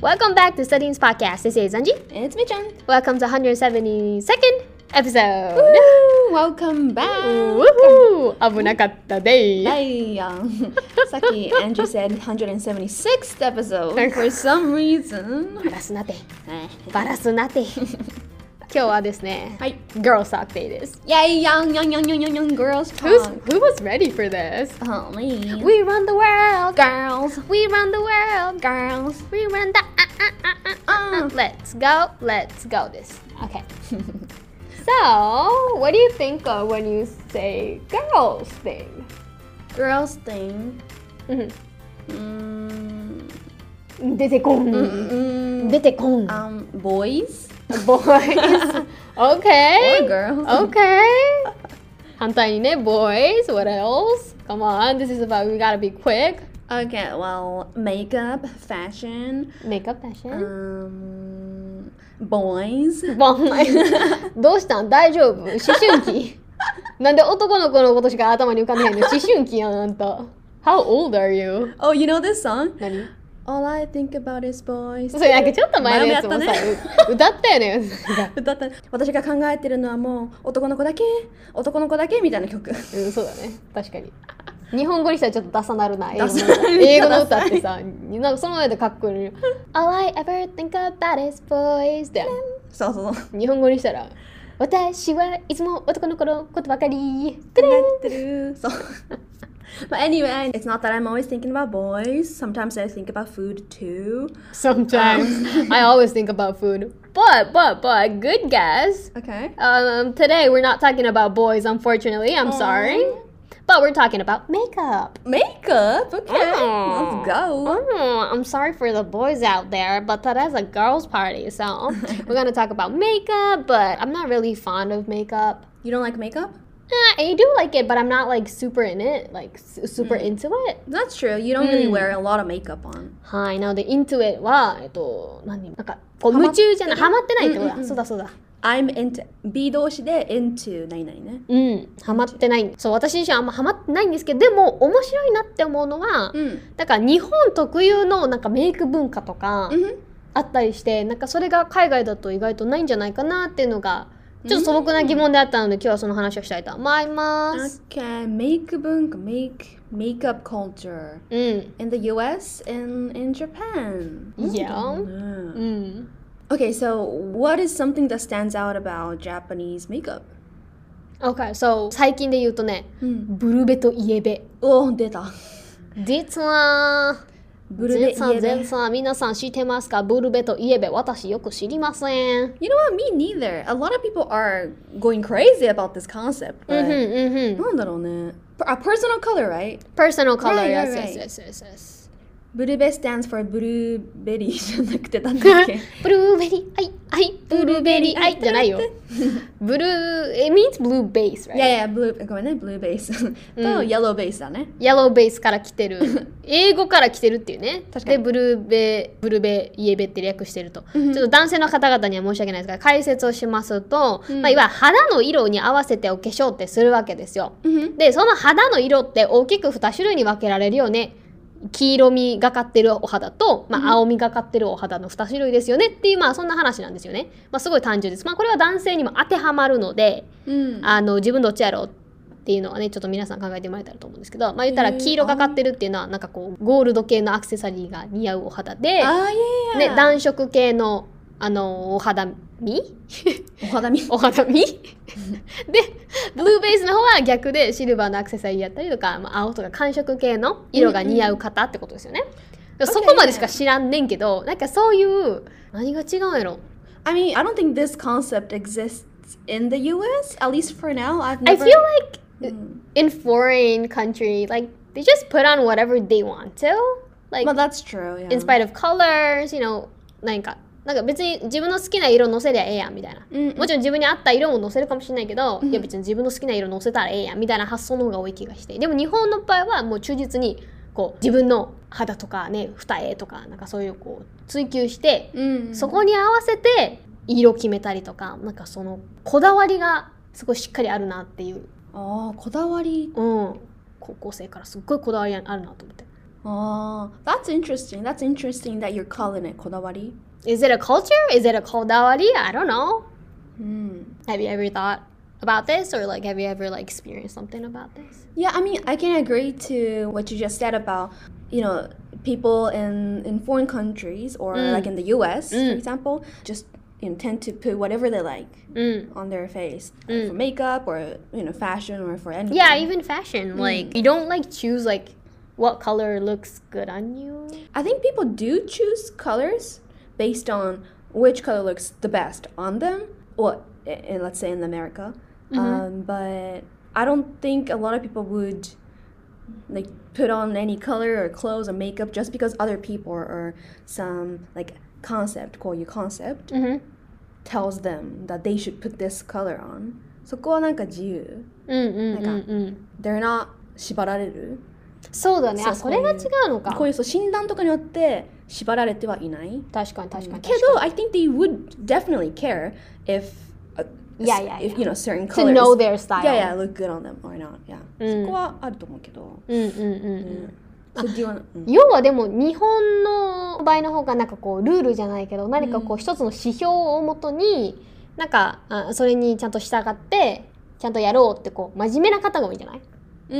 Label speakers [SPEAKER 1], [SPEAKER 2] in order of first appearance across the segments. [SPEAKER 1] Welcome back to Studying's podcast. This is Anji.
[SPEAKER 2] It's Michan.
[SPEAKER 1] Welcome to 172nd episode.
[SPEAKER 2] Welcome back.
[SPEAKER 1] Woohoo! 危なかったでー
[SPEAKER 2] Hey, um, Saki Andrew said 176th episode for some reason.
[SPEAKER 1] バラすなて。バラす なて。今日はですね、
[SPEAKER 2] はい
[SPEAKER 1] Girl Talk Day です。
[SPEAKER 2] Yay, young, young, young, young, young, young girls
[SPEAKER 1] Who's,
[SPEAKER 2] talk.
[SPEAKER 1] who was ready for this?
[SPEAKER 2] Oh, me.
[SPEAKER 1] Oh. We run the world!
[SPEAKER 2] Girls,
[SPEAKER 1] We run the world!
[SPEAKER 2] girls.
[SPEAKER 1] We run the... ah, ah, ah, ah, ah, ah. Let's go! Let's go this. Okay. So, what do you think of when you say girls thing?
[SPEAKER 2] Girls thing.
[SPEAKER 1] うん
[SPEAKER 2] Mm,
[SPEAKER 1] 出てこん。
[SPEAKER 2] mm,
[SPEAKER 1] 出てこん。
[SPEAKER 2] um, boys
[SPEAKER 1] boys. okay.
[SPEAKER 2] or girls.
[SPEAKER 1] Oh. Okay. 反対にね、boys. What else? Come on, this is about, we gotta be quick.
[SPEAKER 2] Okay, well, makeup, fashion,
[SPEAKER 1] Makeup fashion.
[SPEAKER 2] um, boys.
[SPEAKER 1] ボン どうしたん大丈夫思春 期なんで男の子のことしか頭に浮かんでないの思春期やん、あんた。How old are you?
[SPEAKER 2] Oh, you know this song?
[SPEAKER 1] 何
[SPEAKER 2] All I think about is boys.
[SPEAKER 1] それなんかちょっと前のやつもさ、
[SPEAKER 2] 前もやったね
[SPEAKER 1] う歌ったよね。
[SPEAKER 2] 歌った私が考えてるのはもう男の子だけ男の子だけみたいな曲
[SPEAKER 1] うん、そうだね。確かに。日本語にしたらちょっとダサなるな。英語の
[SPEAKER 2] ダサなる
[SPEAKER 1] 英語の歌ってさ、なんかその上でかっこいい。All I ever think about is boys だよ
[SPEAKER 2] そうそうそう
[SPEAKER 1] 日本語にしたら、私はいつも男の子のことばかり。
[SPEAKER 2] 考えてる そう But anyway, it's not that I'm always thinking about boys. Sometimes I think about food too.
[SPEAKER 1] Sometimes Um, I always think about food. But, but, but, good guess.
[SPEAKER 2] Okay.
[SPEAKER 1] Um, today we're not talking about boys, unfortunately. I'm sorry. But we're talking about makeup.
[SPEAKER 2] Makeup? Okay.
[SPEAKER 1] Oh.
[SPEAKER 2] Let's go.
[SPEAKER 1] Oh, I'm sorry for the boys out there, but today's a girls' party, so we're gonna talk about makeup. But I'm not really fond of makeup.
[SPEAKER 2] You don't like makeup?
[SPEAKER 1] Eh, I do like it, but I'm not like super in it, like su- super into it.
[SPEAKER 2] That's true. You don't really wear a lot of makeup on.
[SPEAKER 1] はい、なので into it はえっと何なんかこう夢中じゃないハマってないってことだ。そうだそうだ。
[SPEAKER 2] I'm into B 動詞で into 何々ね。
[SPEAKER 1] うん、ハマってない。そう私自身あんまハマってないんですけど、でも面白いなって思うのは、
[SPEAKER 2] ん。
[SPEAKER 1] だから日本特有のなんかメイク文化とか。
[SPEAKER 2] うん。
[SPEAKER 1] あったりしてなんかそれが海外だと意外とないんじゃないかなっていうのがちょっと素朴な疑問であったので今日はその話をしたいと思います。
[SPEAKER 2] Okay, make 文化 make makeup culture
[SPEAKER 1] うん。
[SPEAKER 2] in the U.S. and in Japan.
[SPEAKER 1] Yeah. う
[SPEAKER 2] Mm.
[SPEAKER 1] ん。
[SPEAKER 2] Okay, so what is something that stands out about Japanese makeup?
[SPEAKER 1] Okay, so 最近で言うとね、ブルベとイエベ。
[SPEAKER 2] Oh, 出た。
[SPEAKER 1] 実は、
[SPEAKER 2] ブルベ
[SPEAKER 1] 全さん
[SPEAKER 2] イエベ
[SPEAKER 1] 全さん皆さん知ってますかブルベとイエベ。私よく知りません。
[SPEAKER 2] You know what? Me neither. A lot of people are going crazy about this concept.
[SPEAKER 1] うん
[SPEAKER 2] But
[SPEAKER 1] うんうんうん。
[SPEAKER 2] なんだろうね。A personal color, right?
[SPEAKER 1] Personal color,
[SPEAKER 2] Right,
[SPEAKER 1] yes,
[SPEAKER 2] right,
[SPEAKER 1] yes,
[SPEAKER 2] right.
[SPEAKER 1] yes, yes, yes.
[SPEAKER 2] ブルベ stands for ブルーベ リーじゃなくてなんだっ け
[SPEAKER 1] ブルーベリー、はい、はい、ブルーベ リー、はい、じゃないよ。ブルー、it means blue base, right?
[SPEAKER 2] いやいや、ブルー、ごめんね、ブルーベ ース。と、イエローベースだね。
[SPEAKER 1] ヤローベースから来て る英語から来てるっていうね
[SPEAKER 2] 確かに
[SPEAKER 1] でブルーベブルーベイエベって略してると、ちょっと男性の方々には申し訳ないですが解説をしますと、まあ、いわゆる肌の色に合わせてお化粧ってするわけですよ、
[SPEAKER 2] うん
[SPEAKER 1] でその肌の色って大きく2種類に分けられるよね黄色みがかってるお肌と、まあ、青みがかってるお肌の2種類ですよねっていう、まあ、そんな話なんですよね、まあ、すごい単純です、まあ、これは男性にも当てはまるので、
[SPEAKER 2] うん。
[SPEAKER 1] あの自分どっちやろうっていうのはねちょっと皆さん考えてもらえたらと思うんですけど、まあ、言ったら
[SPEAKER 2] へー
[SPEAKER 1] 黄色がかってるっていうのはなんかこうゴールド系のアクセサリーが似合うお肌で、
[SPEAKER 2] あい
[SPEAKER 1] ね
[SPEAKER 2] や、
[SPEAKER 1] 暖色系のあのお肌 み
[SPEAKER 2] お肌見。
[SPEAKER 1] お肌みでブルーベースの方は逆でシルバーのアクセサリーやったりとか、まあ、青とか寒色系の色が似合う方ってことですよね。でもそこまでしか知らんねんけどなんかそういう何が違うんやろ
[SPEAKER 2] I mean, I don't think this concept exists in the U.S. At least for now, I've
[SPEAKER 1] I
[SPEAKER 2] never. Mm.
[SPEAKER 1] feel like in foreign country, like they just put on whatever they want to, like
[SPEAKER 2] Well, that's true. Yeah.
[SPEAKER 1] in spite of colors, you know, なんか。なんか別に自分の好きな色乗せりゃええやんみたいな、
[SPEAKER 2] うんうん
[SPEAKER 1] もちろん自分に合った色も乗せるかもしれないけど、いや別に自分の好きな色乗せたらええやんみたいな発想の方が多い気がしてでも日本の場合はもう忠実にこう自分の肌とかね二重とかなんかそういうこう追求して、
[SPEAKER 2] うん。
[SPEAKER 1] そこに合わせて色決めたりとかなんかそのこだわりがすごいしっかりあるなっていう
[SPEAKER 2] ああ、こだわり。
[SPEAKER 1] うん、高校生からすっごいこだわりあるなと思って
[SPEAKER 2] Oh, that's interesting. That's interesting that you're calling it kodawari.
[SPEAKER 1] Is it a culture? Is it a kodawari? I don't know.
[SPEAKER 2] Hmm.
[SPEAKER 1] Have you ever thought about this or like have you ever like experienced something about this?
[SPEAKER 2] Yeah, I mean, I can agree to what you just said about, you know, people in in foreign countries or
[SPEAKER 1] Mm.
[SPEAKER 2] like in the U.S. for
[SPEAKER 1] Mm.
[SPEAKER 2] example, just you know tend to put whatever they like
[SPEAKER 1] うん。
[SPEAKER 2] on their face
[SPEAKER 1] Mm.
[SPEAKER 2] uh, for makeup or you know fashion or for anything.
[SPEAKER 1] Yeah, even fashion.
[SPEAKER 2] Mm.
[SPEAKER 1] Like you don't like choose like what color looks good on you.
[SPEAKER 2] I think people do choose colors based on which color looks the best on them. Well, i- in, let's say in America, um, but I don't think a lot of people would like put on any color or clothes or makeup just because other people or some like concept, call you concept,
[SPEAKER 1] うん。
[SPEAKER 2] tells them that they should put this color on. そこはなんか自由。
[SPEAKER 1] うんうんうん
[SPEAKER 2] な
[SPEAKER 1] うん。
[SPEAKER 2] They're not 縛られる。
[SPEAKER 1] mm, そうだね。
[SPEAKER 2] そう
[SPEAKER 1] あ、それが違うのか。
[SPEAKER 2] こういうそう診断とかによって縛られてはいない。
[SPEAKER 1] 確かに確かに。
[SPEAKER 2] けど、I think they would definitely care if, uh,
[SPEAKER 1] Yeah, yeah,
[SPEAKER 2] if you know
[SPEAKER 1] 確
[SPEAKER 2] certain
[SPEAKER 1] か
[SPEAKER 2] colors.
[SPEAKER 1] に to know their style. Mm.
[SPEAKER 2] yeah, yeah, look good on them or not. Yeah.
[SPEAKER 1] うん
[SPEAKER 2] そこはあると思うけど。
[SPEAKER 1] うんうんうんうん。
[SPEAKER 2] So do you wanna- うん
[SPEAKER 1] 要はでも日本の場合の方がなんかこうルールじゃないけど何かこ
[SPEAKER 2] う
[SPEAKER 1] う一つの指標をもとになんかあそれにちゃんと従ってちゃんとやろうってこう真面目な方が多いんじゃない
[SPEAKER 2] う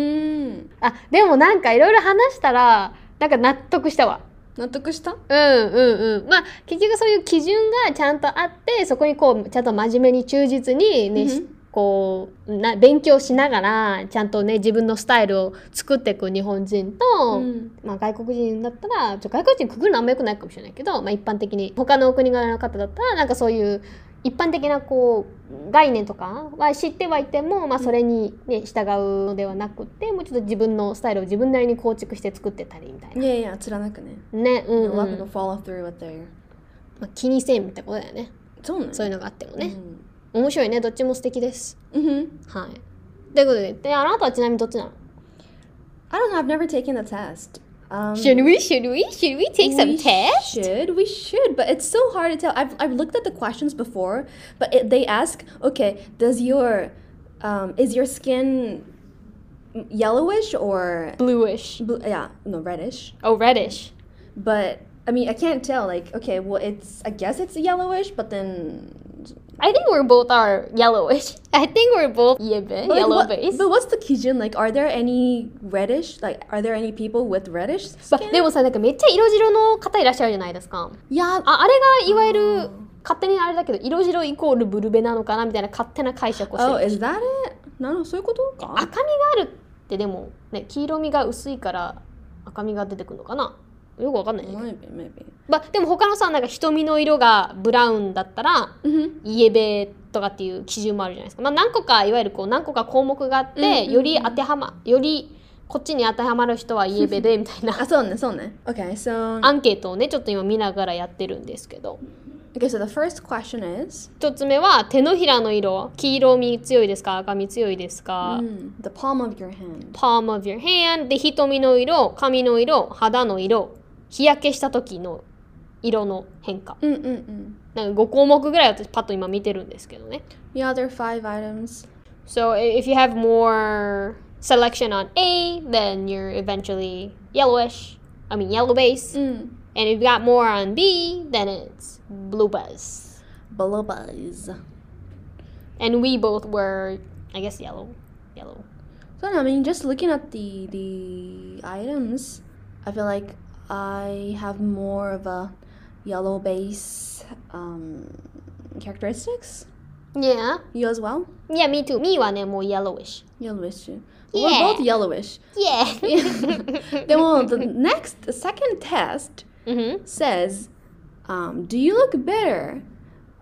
[SPEAKER 2] ん。
[SPEAKER 1] あでもなんかいろいろ話したらなんか納得したわ。
[SPEAKER 2] 納得した
[SPEAKER 1] うんうんうん、まあ結局そういう基準がちゃんとあってそこにこうちゃんと真面目に忠実に、ねし
[SPEAKER 2] うん
[SPEAKER 1] こうな勉強しながらちゃんとね自分のスタイルを作っていく日本人と、
[SPEAKER 2] うん
[SPEAKER 1] まあ、外国人だったらちょ外国人くぐるのあんまよくないかもしれないけど、まあ、一般的に他のお国柄の方だったらなんかそういう一般的なこう概念とかは知ってはいても、まあ、それに、ね、従うのではなくてもうちょっと自分のスタイルを自分なりに構築して作ってたりみたいな。
[SPEAKER 2] いやいや、貫くね。
[SPEAKER 1] ね、う
[SPEAKER 2] A
[SPEAKER 1] ん、うん
[SPEAKER 2] lot of people follow through with their.
[SPEAKER 1] まあ、気にせんみたいなことだよね
[SPEAKER 2] そうなの
[SPEAKER 1] そういうのがあってもね、
[SPEAKER 2] うん
[SPEAKER 1] 面白いねどっちも素敵です
[SPEAKER 2] うん。
[SPEAKER 1] はいということでであなたはちなみにどっちなの
[SPEAKER 2] I don't know, I've never taken the test. Um,
[SPEAKER 1] Should we? Should we? Should we take some
[SPEAKER 2] we
[SPEAKER 1] test?
[SPEAKER 2] Should we should, but it's so hard to tell. I've I've looked at the questions before, but it, they ask, okay, does your um, is your skin yellowish or
[SPEAKER 1] Bluish.
[SPEAKER 2] bl- yeah no reddish?
[SPEAKER 1] Oh, reddish.
[SPEAKER 2] But I mean, I can't tell. Like, okay, well, it's I guess it's yellowish, but then
[SPEAKER 1] I think we're both are yellowish. I think we're both yellow,
[SPEAKER 2] but like,
[SPEAKER 1] yellow
[SPEAKER 2] what-
[SPEAKER 1] base.
[SPEAKER 2] But what's the kijin? Like, are there any reddish? Like, are there any people with reddish
[SPEAKER 1] ま
[SPEAKER 2] skin?
[SPEAKER 1] あでもさなんかめっちゃ色白の方いらっしゃるじゃないですか
[SPEAKER 2] yeah,
[SPEAKER 1] ああれがいわゆる勝手にあれだけど色白イコールブルベなのかなみたいな勝手な解釈をしてる
[SPEAKER 2] Oh, is that it? なるほど、そういうことか。
[SPEAKER 1] 赤みがあるってでも、ね、黄色みが薄いから赤みが出てくるのかなよくわかんないね、
[SPEAKER 2] Maybe, maybe.
[SPEAKER 1] まあでも他のさなんか瞳の色がブラウンだったら
[SPEAKER 2] Mm-hmm.
[SPEAKER 1] イエベとかっていう基準もあるじゃないですか、まあ、何個かいわゆるこう何個か項目があって、
[SPEAKER 2] うんうんうん
[SPEAKER 1] より当てはまよりこっちに当てはまる人はイエベ でみたいな
[SPEAKER 2] あ、そうね、そうね。Okay, so
[SPEAKER 1] アンケートをねちょっと今見ながらやってるんですけど
[SPEAKER 2] okay, so the first question is
[SPEAKER 1] 一つ目は手のひらの色黄色み強いですか赤み強いです
[SPEAKER 2] Uh,
[SPEAKER 1] か、
[SPEAKER 2] mm, the palm of your hand.
[SPEAKER 1] palm of your hand で瞳の色髪の色肌の色日焼けした時の色の変化
[SPEAKER 2] うんうんうん。
[SPEAKER 1] なんか5項目ぐらい私パッと今見てるんですけどね
[SPEAKER 2] Yeah, there are five items.
[SPEAKER 1] So if you have more selection on A, then you're eventually yellowish. I mean yellow base.
[SPEAKER 2] うん。
[SPEAKER 1] And if you got more on B, then it's blue buzz.
[SPEAKER 2] Below buzz.
[SPEAKER 1] And we both were, I guess, yellow. Yellow.
[SPEAKER 2] So I mean, just looking at the the items, I feel like I have more of a yellow base um, characteristics.
[SPEAKER 1] Yeah.
[SPEAKER 2] You as well?
[SPEAKER 1] Yeah, me too. Me はね、もう yellowish.
[SPEAKER 2] Yellowish. too.
[SPEAKER 1] Yeah.
[SPEAKER 2] We're both yellowish.
[SPEAKER 1] Yeah.
[SPEAKER 2] then well, the next, the second test
[SPEAKER 1] Mhm.
[SPEAKER 2] says, um, "Do you look better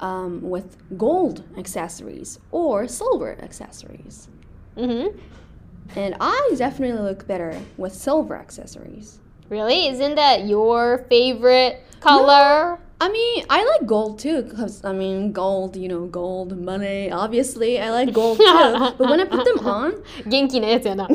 [SPEAKER 2] um, with gold accessories or silver accessories?"
[SPEAKER 1] Mhm.
[SPEAKER 2] And I definitely look better with silver accessories.
[SPEAKER 1] Really? Isn't that your favorite color?
[SPEAKER 2] I mean, I like gold too because I mean, gold, you know, gold money. Obviously, I like gold too. but when I put them on,
[SPEAKER 1] 元気なやつや な。
[SPEAKER 2] no,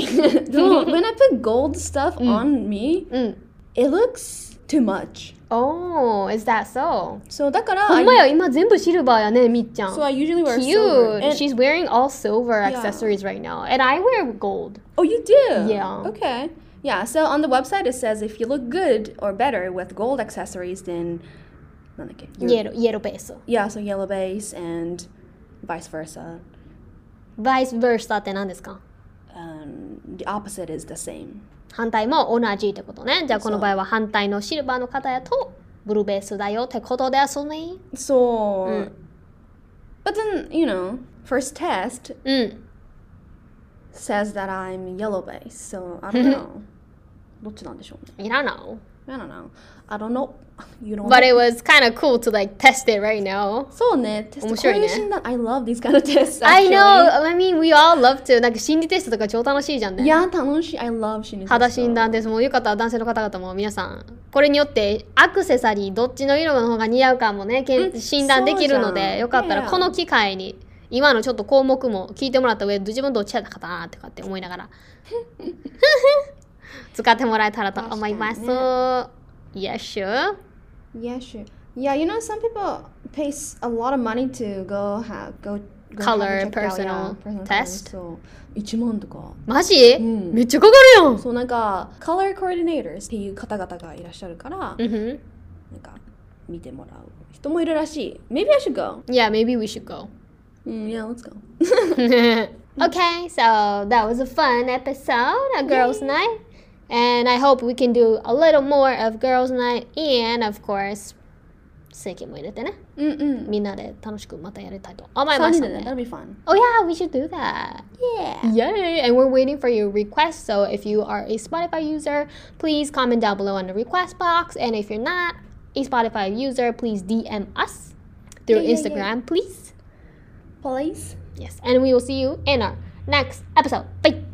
[SPEAKER 2] when I put gold stuff
[SPEAKER 1] Mm.
[SPEAKER 2] on me,
[SPEAKER 1] うん。
[SPEAKER 2] it looks too much.
[SPEAKER 1] Mm. Oh, is that so?
[SPEAKER 2] So だから
[SPEAKER 1] ほんま
[SPEAKER 2] I,
[SPEAKER 1] や、今全部シルバーやね、みっちゃん
[SPEAKER 2] so。I usually wear silver.
[SPEAKER 1] Cute.
[SPEAKER 2] And-
[SPEAKER 1] She's wearing all silver
[SPEAKER 2] Yeah.
[SPEAKER 1] accessories right now, and I wear gold.
[SPEAKER 2] Oh, you do?
[SPEAKER 1] Yeah.
[SPEAKER 2] Okay. Yeah, so on the website it says if you look good or better with gold accessories, then なんだっけ
[SPEAKER 1] イエローイエローベース
[SPEAKER 2] Yeah, so yellow base and vice versa.
[SPEAKER 1] バイス v e r s a って何ですか
[SPEAKER 2] Um, the opposite is the same.
[SPEAKER 1] 反対も同じってことねじゃあこの場合は反対のシルバーの方やとブルーベースだよってことですね
[SPEAKER 2] So,
[SPEAKER 1] Mm.
[SPEAKER 2] but then, you know, first test
[SPEAKER 1] うん
[SPEAKER 2] says that I'm yellow base, so I don't know. どっちなんでしょうね
[SPEAKER 1] I don't know
[SPEAKER 2] I don't know. I don't know. You don't
[SPEAKER 1] but it was kind of cool to like test it right now
[SPEAKER 2] そうね、テスト。
[SPEAKER 1] 面白いね。
[SPEAKER 2] こういう診断- I love these kind of tests.
[SPEAKER 1] I
[SPEAKER 2] actually.
[SPEAKER 1] know I mean we all love to なんか心理テストとか超楽しいじゃんね
[SPEAKER 2] いや、楽しい。I love 死ぬ。
[SPEAKER 1] 肌診断ですもうよかったら男性の方々も皆さんこれによってアクセサリーどっちの色の方が似合うかもねけん
[SPEAKER 2] うん
[SPEAKER 1] 診断できるの
[SPEAKER 2] そうじゃ
[SPEAKER 1] で
[SPEAKER 2] ん
[SPEAKER 1] よかった
[SPEAKER 2] い
[SPEAKER 1] ら
[SPEAKER 2] や
[SPEAKER 1] この機会に今のちょっと項目も聞いてもらった上で自分どっちやったかなとかって思いな がら使ってもらえたらと思います。
[SPEAKER 2] 確
[SPEAKER 1] Yes, sure.
[SPEAKER 2] Yeah, sure. Yeah, you know, some people pay s- a lot of money to go have go. go
[SPEAKER 1] Color
[SPEAKER 2] have it checked out,
[SPEAKER 1] personal
[SPEAKER 2] yeah, personal
[SPEAKER 1] test.
[SPEAKER 2] color, So, 1万とか。
[SPEAKER 1] マジ、
[SPEAKER 2] うん
[SPEAKER 1] めっちゃかかるやん。
[SPEAKER 2] そうなんか、color coordinators っていう方々がいらっしゃるから、
[SPEAKER 1] うんふ
[SPEAKER 2] なんか見てもらう人もいるらしい。Maybe I should go.
[SPEAKER 1] ん Yeah, maybe we should go.
[SPEAKER 2] うん、yeah, let's go.
[SPEAKER 1] okay, so that was a fun episode of Girls Night. And I hope we can do a little more of Girls Night and, of course, 整形も入れてね。
[SPEAKER 2] うんうん。
[SPEAKER 1] みんなで楽しくまたやりたいと思い
[SPEAKER 2] 3
[SPEAKER 1] ます
[SPEAKER 2] 人
[SPEAKER 1] の
[SPEAKER 2] でね。
[SPEAKER 1] で。
[SPEAKER 2] That'll be fun.
[SPEAKER 1] Oh, yeah, we should do that.
[SPEAKER 2] Yeah.
[SPEAKER 1] Yay! And we're waiting for your requests. So if you are a Spotify user, please comment down below on the request box. And if you're not a Spotify user, please DM us through
[SPEAKER 2] Yeah, yeah, yeah.
[SPEAKER 1] Instagram, please.
[SPEAKER 2] Police?
[SPEAKER 1] Yes, and we will see you in our next episode. Bye.